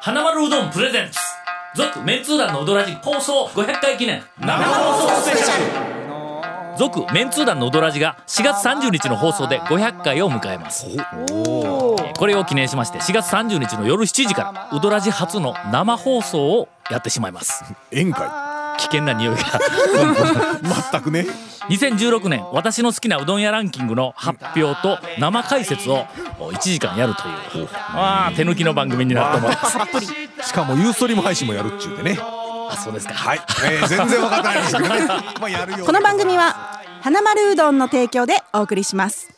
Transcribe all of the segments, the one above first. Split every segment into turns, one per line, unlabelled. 花丸うどんプレゼンツ続メンツー団のうどらじ放送500回記念生放送スペシャル続メンツー団のうどらじが4月30日の放送で500回を迎えますえーこれを記念しまして4月30日の夜7時からうどらじ初の生放送をやってしまいます
宴会
危険な匂いが
全くね
2016年私の好きなうどん屋ランキングの発表と生解説を1時間やるというまあ手抜きの番組になると思い ます
しかもユーストリーム配信もやるっちゅうてね
あそうですか
はい、えー、全然分かってないですけどね まあやるよ
この番組は花丸うどんの提供でお送りします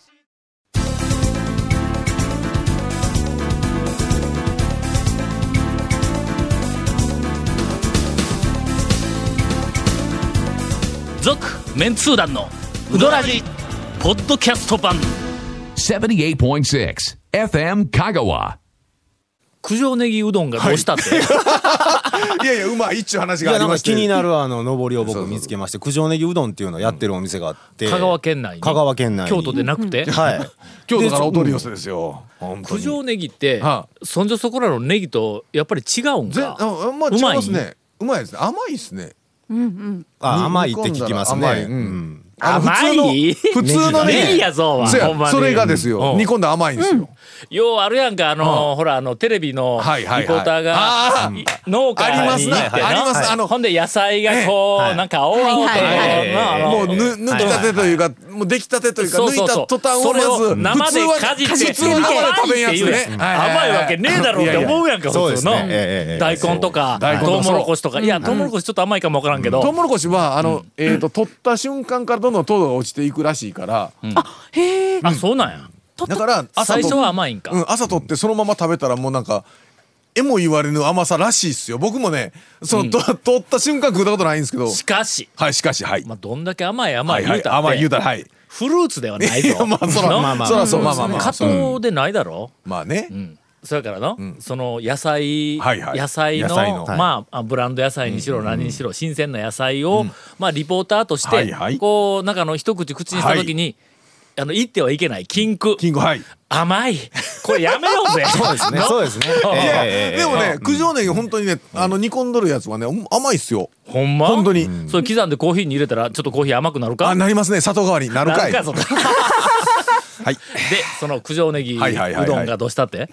続メンツー団のうどらじポッドキャスト版
78.6 FM Kagawa.
九条ネギうどんがどうしたって、
いやいやうまいっちゅう話
い
があ
や
り
なん
ま
か
して
気になるあの上りを
そう
僕
そう
見つけまして九条ネギうどんっていうのをやってるお店があって
香川県内に
香川県内に
京都でなくて、
はい
京都からお取り寄
せ
せですよ本当
九
に
条ネギって、
は
そんじょそこらのネギとやっぱり違うん
ぜ
か
あまあ
う
違い
まい
ますねうまいですね甘いですね
甘いって聞きますね
甘いうん
うん
あの
甘い
普通の普通の
ネギや
ね
ぞは
そうや
ほんまに
それがです
う
よ
ん
煮込んだら甘いんですよ
ようあるやんかあの、ほらあのテレビの
はい
リポ
はいはい
ーターが
あ
農家
ありま
に
す
行
な
ってな
ありますあの
ほんで野菜がこう、なんか青々と
はいはいはい
なあの
もうぬ抜きたてというかもう出来たてというか
そう
抜
そう
い
そう
た途端をま
それを
ず
生で
普通は
かじって
普通は生で食べんやつ
甘いって言
ね
う甘いわけねえだろうって思うやんか
そ
普
うで
通
すね
の
ええええ
大根とか
そう大根と
ト
か
ウモロコシとかいやトウモロコシちょっと甘いかもわからんけど
トウモロコシはあのえっと取った瞬間からどんどん糖度が落ちていくらしいから
へえ
あそうなんや
だから
最初
取っ
は甘いんか
うん、朝取ってそのまま食べたらもうなんかえも言われぬ甘さらしいっすよ僕もねその、と取った瞬間食ったことないんですけど
しかし
はいしかしはい、
まあどんだけ甘い
は
甘い
い
言
は
う
い
たっ
甘い言
て
うたらはい
フルーツでは ないぞ
まあそら
の
まあまあそらそうまあまあまあ
加藤でないだろ
まあね、
それからの、その野菜、
はいはい
野菜の
野菜の
まああブランド野菜にしろ何にしろ、新鮮な野菜を、まあリポーターとして、
はいはい
こうなんかあの一口口にした時に、あの言ってはいけない禁句
キングはい
甘いこれやめよ うぜ
そうですね
の
そうですね
いや
ええええええ
でもね九条ネギ本当にねあの煮込んどるやつはねうん甘いっすよ
ほんま
本当に、
それ刻んでコーヒーに入れたらちょっとコーヒー甘くなるか
あなりますね砂糖代わりになるかい
なるかそれ
はい
でその九条ネギう
はいはいはいはい
どんがどうしたって、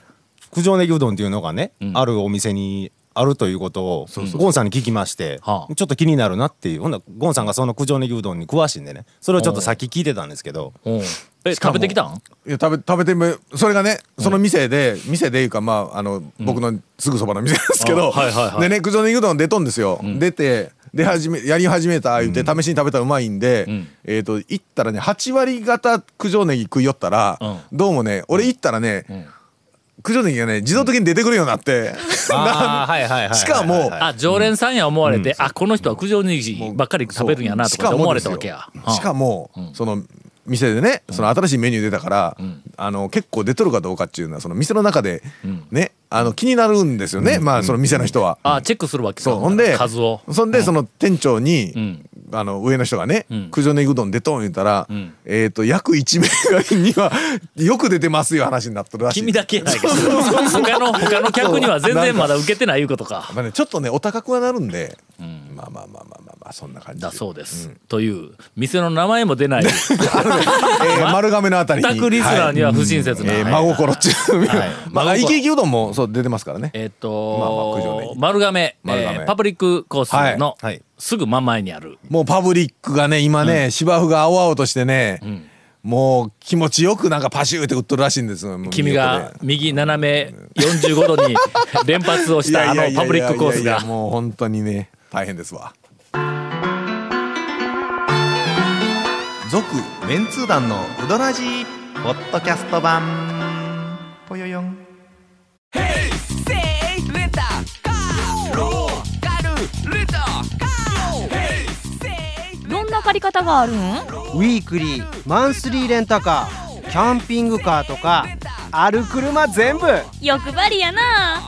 九条ネギうどんっていうのがねあるお店にあるということをゴンさんに聞きましてち
は
ょ
あ
っと気になるなっていうほんならゴンさんがその九条ネギうどんに詳しいんでねそれをちょっとさっき聞いてたんですけ ど
うんえ食べてきたん
いや食べ食べてみそれがねその店で、店でいうかまああの、僕のすぐそばの店なんですけど、
あはいはいはい
でね九条ネギうどん出とんですよ、出て出始めやり始めた言うて、試しに食べたらうまいんで、えっ、と行ったらね8割方九条ネギ食いよったら、
う
どうもね俺行ったらね、九条ネギがね自動的に出てくるようになって、
あーはいはいはいはいはい
しかも、
あ常連さんや思われて、あこの人は九条ネギばっかり食べるんやなとかって思われたわけや
しかもですよしかもその店でねその新しいメニュー出たから、あの結構出とるかどうかっていうのはその店の中でね、あの気になるんですよね、まあその店の人は。
あチェックするわけか
そうほんで
数を
そんでその店長に、
ん
あの上の人がね
ん
「九条ネギうどん出とん」言ったら、
ん
えっ、と約1名には よく出てますよ話になっとるらしい。
君だけやないか他の他の客には全然まだ受けてないいうことか
まあね、ちょっとねお高くはなるんで、まあまあまあまあまあまあそんな感じで
だそうです、という店の名前も出ない全
えー、丸亀のあたりに
くリスナーには不親切な、
えー
はい
真心っちゅう、 まあ、
真
イ
心
ケイケうどんもそう出てますからね。
えっ、
まあまあ九条
と
ネ、ギ
丸亀
丸亀
えーパブリックコースの
はいはい
すぐ真ん前にある、
もうパブリックがね、今ね、芝生が青々としてね、もう気持ちよくなんかパシューって売っとるらしいんですよ。もう
君が右斜め45度に連発をし
いや
たあ
いや
の
いやいや
パブリックコース
いやい
が
やもう本当にね、大変ですわ。
続メンツー団のうどらじポッドキャスト版ぽよよん
どんな借り方があるん
ウィークリーマンスリーレンタカーキャンピングカーとかある車全部
欲張りやな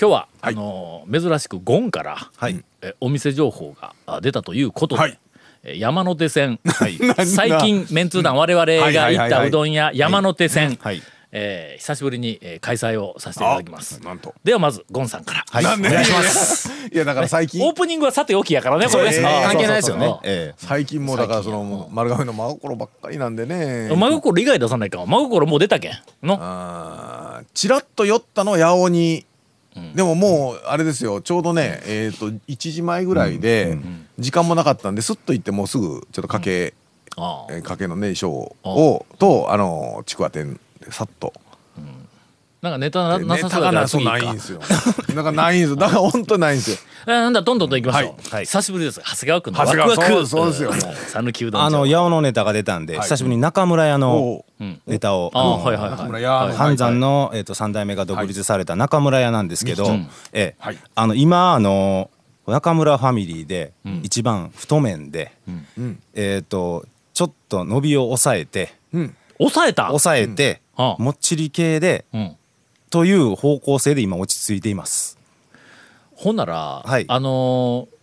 今日は、
は
あ
い
のー珍しくゴンから、
はい
えお店情報があ出たということで、
はい
えー山手 線、
なん だ
最近メンツー団我々が行
は
っ
いはい
た
はいう
どん屋山手線、
はい
えー久しぶりに、えー開催をさせていただきます
あなんと
ではまずゴンさんから、
なんで
お願いします
いやだから最
オー
近
プニングはさておきやからねこれね
そうですね
関係ないですよ
そう
ね
そ。うそう
ええ
最近もうだからそのもう丸亀の真心ばっかりなんでね
真心以外出さないか真心もう出たけんの
あーちらっと酔ったの八尾に、でももうあれですよちょうどね、えー、と1時前ぐらいで時間もなかったんですっと行ってもうすぐちょっとかけ、
ああ
えーかけのね衣装をとあのちくわ店でさっと。
なんかネタななさそうだ
ネタが
か
な
ら
そう
次行
な
く
い
か
んですよ。だから ないんですよ。だから本当にないんですよ。
えーなんだどんどんと行きましょう、
はい
はい
久しぶりです長谷川君のワ
長
ク
谷
ワ
川
ク
そうそうですよ
ん讃岐うどん
あの
ち
八尾のネタが出たんで、
はい
久しぶりに中村屋の
お
うん
ネタを。
あ
あ
あ
の
はいはいはい
中村屋の
半山の、えっと三代目が独立された中村屋なんですけど、
うん
ええ
はい
あの今あの中村ファミリーで一番太麺で、
うん
えっ、とちょっと伸びを抑えて
うん。
抑えた
抑えて、
うんああ
もっちり系で
うん
という方向性で今落ち着いています。
ほんなら、
はい
あのー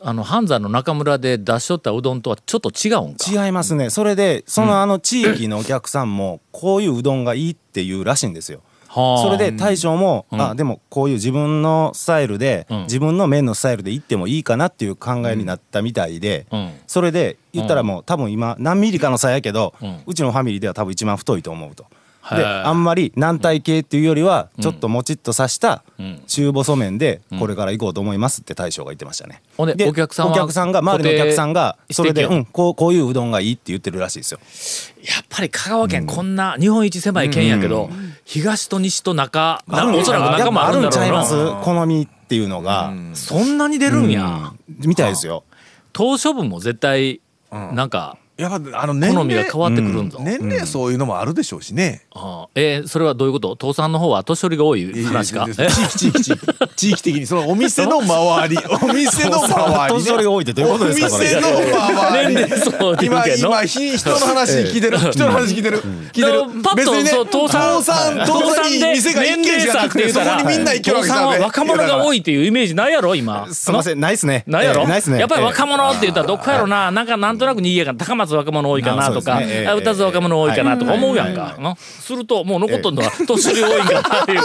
あの半山の中村で出しとったうどんとはちょっと違うんか
違いますね。それでそのあの地域のお客さんもこういううどんがいいっていうらしいんですよ。
はあ
それで大将も、
うん
あでもこういう自分のスタイルで、
うん
自分の麺のスタイルでいってもいいかなっていう考えになったみたいで、
うん
それで言ったらもう、多分今何ミリかの差やけど、
う
うんちのファミリーでは多分一番太いと思うと。
へえ
であんまり軟体系っていうよりはちょっともちっとさした
うん
中細麺でこれから行こうと思いますって大将が言ってましたね。
ほんでお客さんは
お客さんが周りのお客さんが
固定
それで、
してきよ
うん、こうこういううどんがいいって言ってるらしいですよ。
やっぱり香川県こんな日本一狭い県やけど、東と西と中なおそらく中もあるんだ
やっぱあるんちゃい
ろう
ま
な
す好みっていうのが。
そんなに出るんや
みたいですよ。
島し分も絶対なんか
やっぱあの年
好みが
齢
変わってくるんぞ、
年齢そういうのもあるでしょうしね。
ああえーそれはどういうこと父さんの方は年寄りが多い話か
いやいや
え
いや地域地域地域地域的にそのお店の周 りお店の周り
年寄りが多いってどういうことですか
お
それ
店の周
年
り
齢層で言う
今
けど
今ひ人の話聞いてる人の話聞いてる聞いてる
パッ
別
と
にね
そう父さん
父さん父さんに店が一軒しかなくてそこにみんな行けるわ
父
けじ
さん
ゃ
は
ね
若者が多いっていうイメージないやろ今
すみません、ないっすね。
ないやろ、
えーないっすね。
やっぱり若
者、
者って言ったらどこやろな、なんかなんとなくにぎやかな高松若者多いかなとか、
あそうですねええ
あ歌津若者多いかなとか
はい
思うやんか、なするともう残っとんのは年寄り多いんかなっていう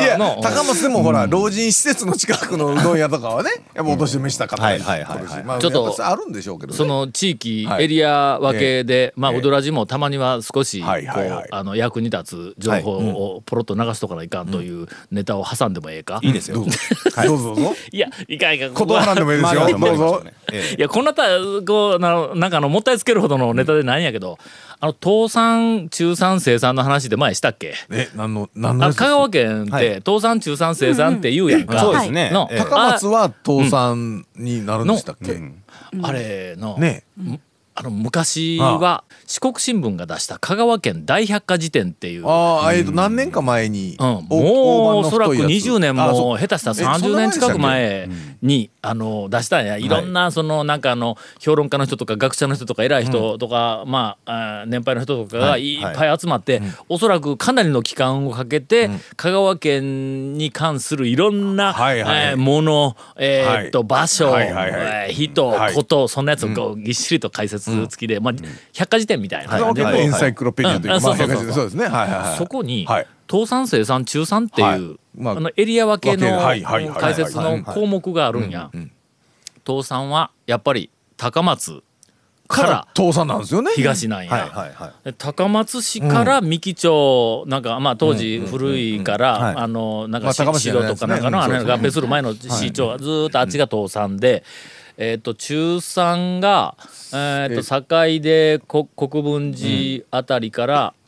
いや
あの
高松でもほら老人施設の近くのうどん屋とかはねやっぱお年召した方が
うんはいはいはいはい
まあ
ちょっと
やぱあるんでしょうけどね
その地域、
はい
エリア分けで、まあ、
ええ
ウドラジもたまには少し、こう、
はいはいはい
あの、役に立つ情報をポロッと流しとかないかんというネタを挟んでもええか。い
いいですよ。
どうぞどうぞ
や、いかんいかん。ここ
断
は
らんでもいいです
まあ
よどうぞ
えー
いやこんなたこうななんかあのもったいつけるほどのネタでないんやけど、あの倒産中産生産の話で前したっけ
え何の何の
あ
やつです
香川県って、
はい
倒産中産生産って言うやんか、
そうですね。
の
えー
高
高松は倒産になるんでしたっけ
あれの、
ね
あの昔は四国新聞が出した香川県大百科事典っていう
ああえっと何年か前に
うん、も
お
う
大判
お
の
そら
太
く
いやつ
20年
あ
も
そう
下手した
え
ら
そん
30
な
年近
で
く
したっけ
前にあの出したんやいろんなそのなんかあの評論家の人とか学者の人とか偉い人とかまああー年配の人とかがいっぱい集まっておそらくかなりの期間をかけて香川県に関するいろんな
はいはい
えーものえーっと
はい
場所
はいはいは
えー人
はい
ことそんなやつをこうぎっしりと解説付きでまあ百科事典みたいな
香
感
川
じ
県
で
のエンサイクロペディアという
う
か
ん
まあ
そうそうそう
百科事典そうですねはいはいはい
そこに、
はい
倒産生産中産っていう、
はいまあ
あのエリア分け
分け
の
るはいはいはいはい
解説の項目があるんや倒産はやっぱり高松から
倒産なんですよね
東なんや、
はいはいはい。
で高松市から三木町、なんかまあ当時古いから、
はい
あのなん
ま
か
あ
市
高松市
城とかなんかの、
じゃ
あ
な
れ
いですねうんそうそう
合併する前の市長がずーっとあっちが倒産で、えっ、と中産がえっ、と境でこ国分寺あたりから、えーと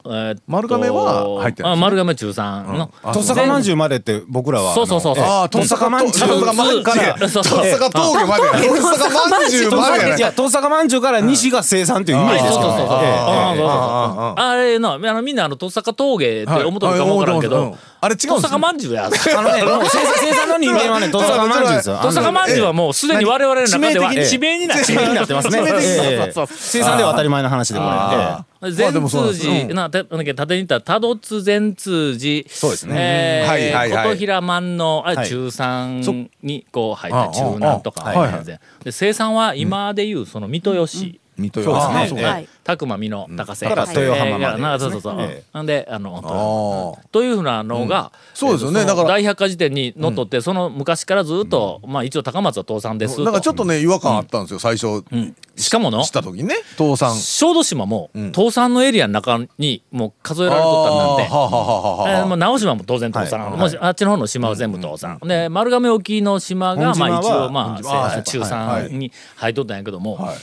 丸亀は入ってないですね
あ丸亀中産の、
とっさかまんじゅうまでって僕らは。
そうそうそうそう
あのえー
ああとっさかまんじゅう
とっさかまんじゅうから。
そうそう
とっさか峠までとっさかまんじゅうまで
いや、とっさかまんじゅうから西が生産というイメージです
そう
か
そうそうそう。
らねえーえー
あれの、あのみんなあの、登坂峠って思っとるかもわからんけ
はい
ど
あ、あれ違う
登
んです
坂まんじゅうや。
あのね、生産生産の人間はね、登坂まんじゅうですよ。
登坂まんじゅうはもうすでに我々の中では
ええ
地名になっ
地
て
名に
る
なってますね。
地名的に
ええ
そうそうそう
生産では当たり前の話でこれ。ええ
全
でもそうなん
通
です
寺、なたなんだっけ縦に言ったら多度津全通寺
そうですね
えー
はいはいはい
琴平万能あ
はい
中三にこう入っ
ああ
た中南とか
ああはいはい
全然で生産は今でいうその三豊市
水戸
そう
あ
で
あ
す
そう
ね。
か
はい
宅間美濃高瀬
から豊浜まで
えーなそうそうそう
ええ
なんであの
ああ
というふうなのが、
そうですよね
えーと
だから
大百科事典にのっとって、その昔からずっと、まあ一応高松は倒産ですと
なんかちょっとね違和感あったんですよ最初
うんしかもの
した時にね倒産
小豆島も、
ん
倒産のエリアの中にもう数えられとったんなん
あ
で
ーは。あはあはあはあ
えーまあ、直島も当然倒産、
はい
もうあっちの方の島は全部倒産、で丸亀沖の島が
本島は
まあ、一応、ま
本島は
あ、
は
せ
い
中
は
産
い
に入っとったんやけども、
はい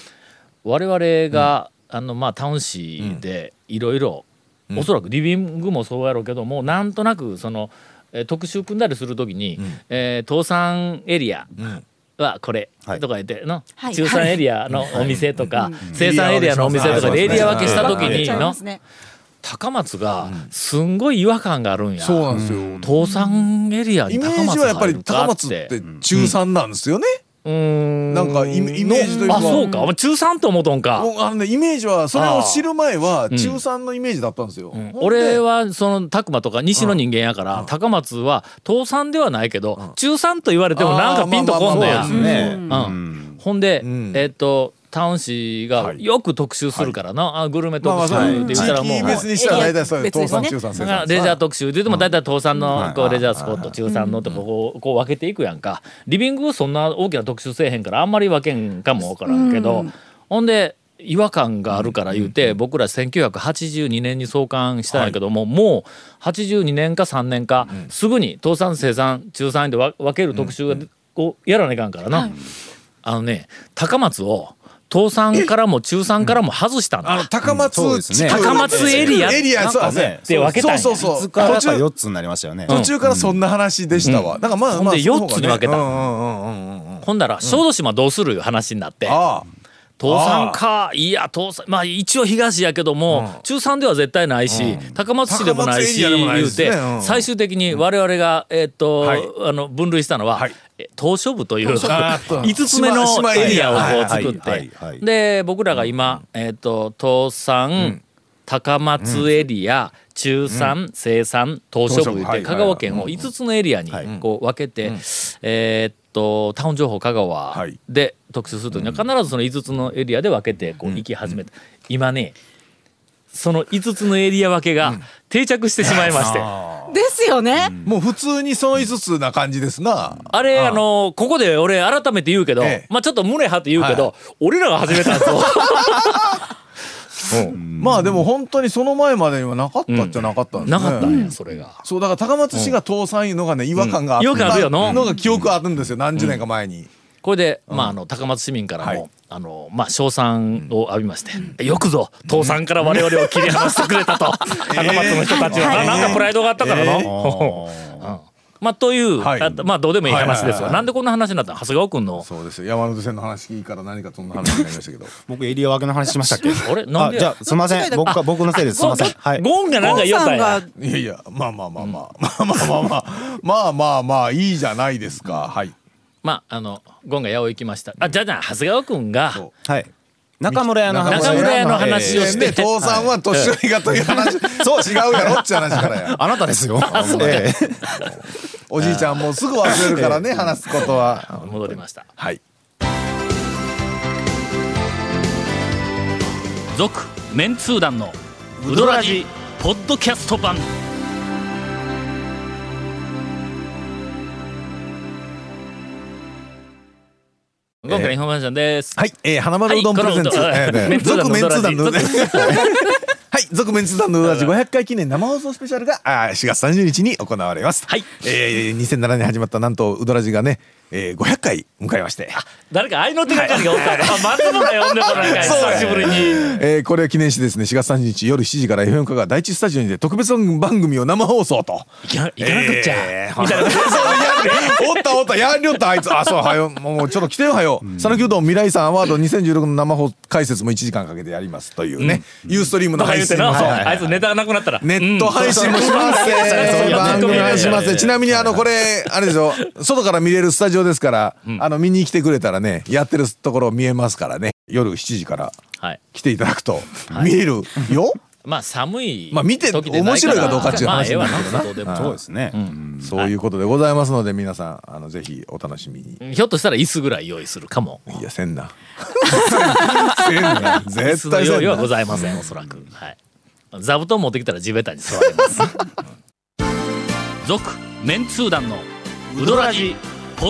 我々が、あのまあタウン市でいろいろおそらくリビングもそうやろうけどもなんとなくその、えー特集組んだりするときに、えー倒産エリアはこれ
はい
とか言っての、
はい
中産エリアのお店とか、生産エリアのお店とか
うん
でエリア分けしたとき
え
に
ちゃい
の
ますね
高松がすんごい違和感があるんや。
そうなんですよ
倒産エリアに
イメ
高
ー
松
ジはやっ
が
ぱ
あ
り
るか
高
っ
松ってて中産なんですよね
うーん
なんかイメイメージというか
あそうかお前中産と思うとんか
もうあのねイメージはそれを知る前は中産のイメージだったんですよ
うん
ほんで
俺はその拓磨とか西の人間やから、高松は倒産ではないけど、中産と言われてもなんかピンとこんのや
あーまあまあまあまあ
う
そうです
ねえうんん
ほんで、
うん
えっ、とタウン市がよく特集するからな、あグルメ特集って
地
言ったらもう、
域別にしたら大体そう
別
倒
です
産
ね
中産生
だから
産
レジャー特集で言っても大体倒産
う
の
ん
こうレジャースポット中産のってこうこう分けていくやんかリビングそんな大きな特集せえへんからあんまり分けんかも分からんけどほんで違和感があるから言うて僕ら1982年に創刊したんやけどももう82年か3年かすぐに倒産生産中産で分分ける特集をやらないかんからなあのね高松を倒産からも中産からも外したんだ
あの高松
そうですね
地区
高松エリア
エリアそうですね
って分けたんや
そうそうそ
五
う
からや
途
っぱ
中
四つになりましたよね。
途中からそんな話でしたわだからまあ
ほん
まあ
で
その方が
四つに分けた
ねうんうんうんうんうん
ほんなら小豆島どうするいう話になって、
ああ
倒産かいや倒産まあ一応東やけども、中産では絶対ないし、高松市でもないし
高松エリアでもない
言
で
う
すね
て、
うん
最終的に我々が、えーっと、
はい
あの分類したのは、
はい
え島しょ部という
あーうん
5つ目の
島島
エ
エ
リ
リ
ア
ア
をこう
は
作
い
っ
はい
て
はい
で僕らが今、えーっと倒産、高松エリア、中産、生産、東証部言っ
島しょ部は
て
い
香川県を5つのエリアに
はい
こう分けて、えーっとタウン情報香川
はい
で特集するときには必ずその5つのエリアで分けてこう行き始めた、今ねその5つのエリア分けが定着してしまいまして、
ですよね
もう普通にその5つな感じですな
あれあのここで俺改めて言うけど、
ええ
まあちょっと胸張って言うけど、俺らが始めたんですよ
まあでも本当にその前までにはなかったっちゃなかったんですね
なかったんやそれが。
そうだから高松市が倒産いうのがね違和感があっ
うん違和感あるよ
た
な
のが記憶あるんですよ何十年か前に
これで、まあ、あの高松市民からも、
はい
あのまあ、称賛を浴びまして、よくぞ倒産から我々を切り離してくれたと高松の人たちは、
はい
ななんかプライドがあったからな。う
え
んまあ、という、
はい
あまあどうでもいい話ですよ、
はいはいはいはい
なんでこんな話になったの長谷川君の
そうですよ山手線の話から何かそんな話になりましたけど
僕エリア分けの話しましたっけ？
あれなんで
あじゃあすみません。僕が僕のせいです。すみません。はい。
ゴンがなんか言お
さ
うんたんや
が
いやいやまあまあまあまあ、まあまあまあまあまあまあまあいいじゃないですかはい
まああのゴンが八尾行きましたあじゃあじゃあ長谷川君が
そう
はい。中村屋の話。
中村屋の話を
で
し
ね
てて、
倒産は年寄りがという話、そう違うやろって話からや
あな たですよ。ええ
おじいちゃんもうすぐ忘れるからね話すことは
戻りました
はい
続メンツー団のウドラジポッドキャスト版今回のインフォメーションです、
はい、えー、花丸うどんプレゼンツ。
はい
えーね
このうどん
続メンツ団のうどん。
続
はい、続メンツ団のうどん500回記念生放送スペシャルがあー4月30日に行われます。
はい
えー、2007年に始まったなんとうどらじがね、えー、500回迎えまして、
誰か愛の手がかりがおったの、あ松本が呼んでこないかい
そう
久しぶりに
えーこれを記念してですね4月30日夜7時から FM 課が第一スタジオにて特別番組を生放送と。
いかいかなくっちゃ、
えー
みたいな
そうやんおったおったやんりょったあいつあそうはよもうちょっと来てよはよ讃岐うどん未来遺産アワード2016の生放送解説も1時間かけてやりますというね、ユーストリーム
と
の
か言
配
うて
信
な、
も
そう
はいはい
あいつネタがなくなったら
ネット配信もしますね
うん
そう番組配信しま
いやネット配信
すちなみにあのこれあれでしょ外から見れるスタジオですからあの見に来てくれたらねやってるところ見えますからね夜7時から
はい
来ていただくと見えるよ
まあ寒い
まあ見て
時でないら
面白いかどうかっていう話
まあええわ
なんだけどな
どうで
うん
も
そうですね。
そういうことでございますので皆さんあのぜひお楽しみに。
ひょっとしたら椅子ぐらい用意するかも
いや、せんな。 せんな。
椅
絶
子の
対
用
せ
意
ん
はご
な。
ざいませんおそらくはい座布団持ってきたら地べたに座ります 続メンツー団のウドラジポ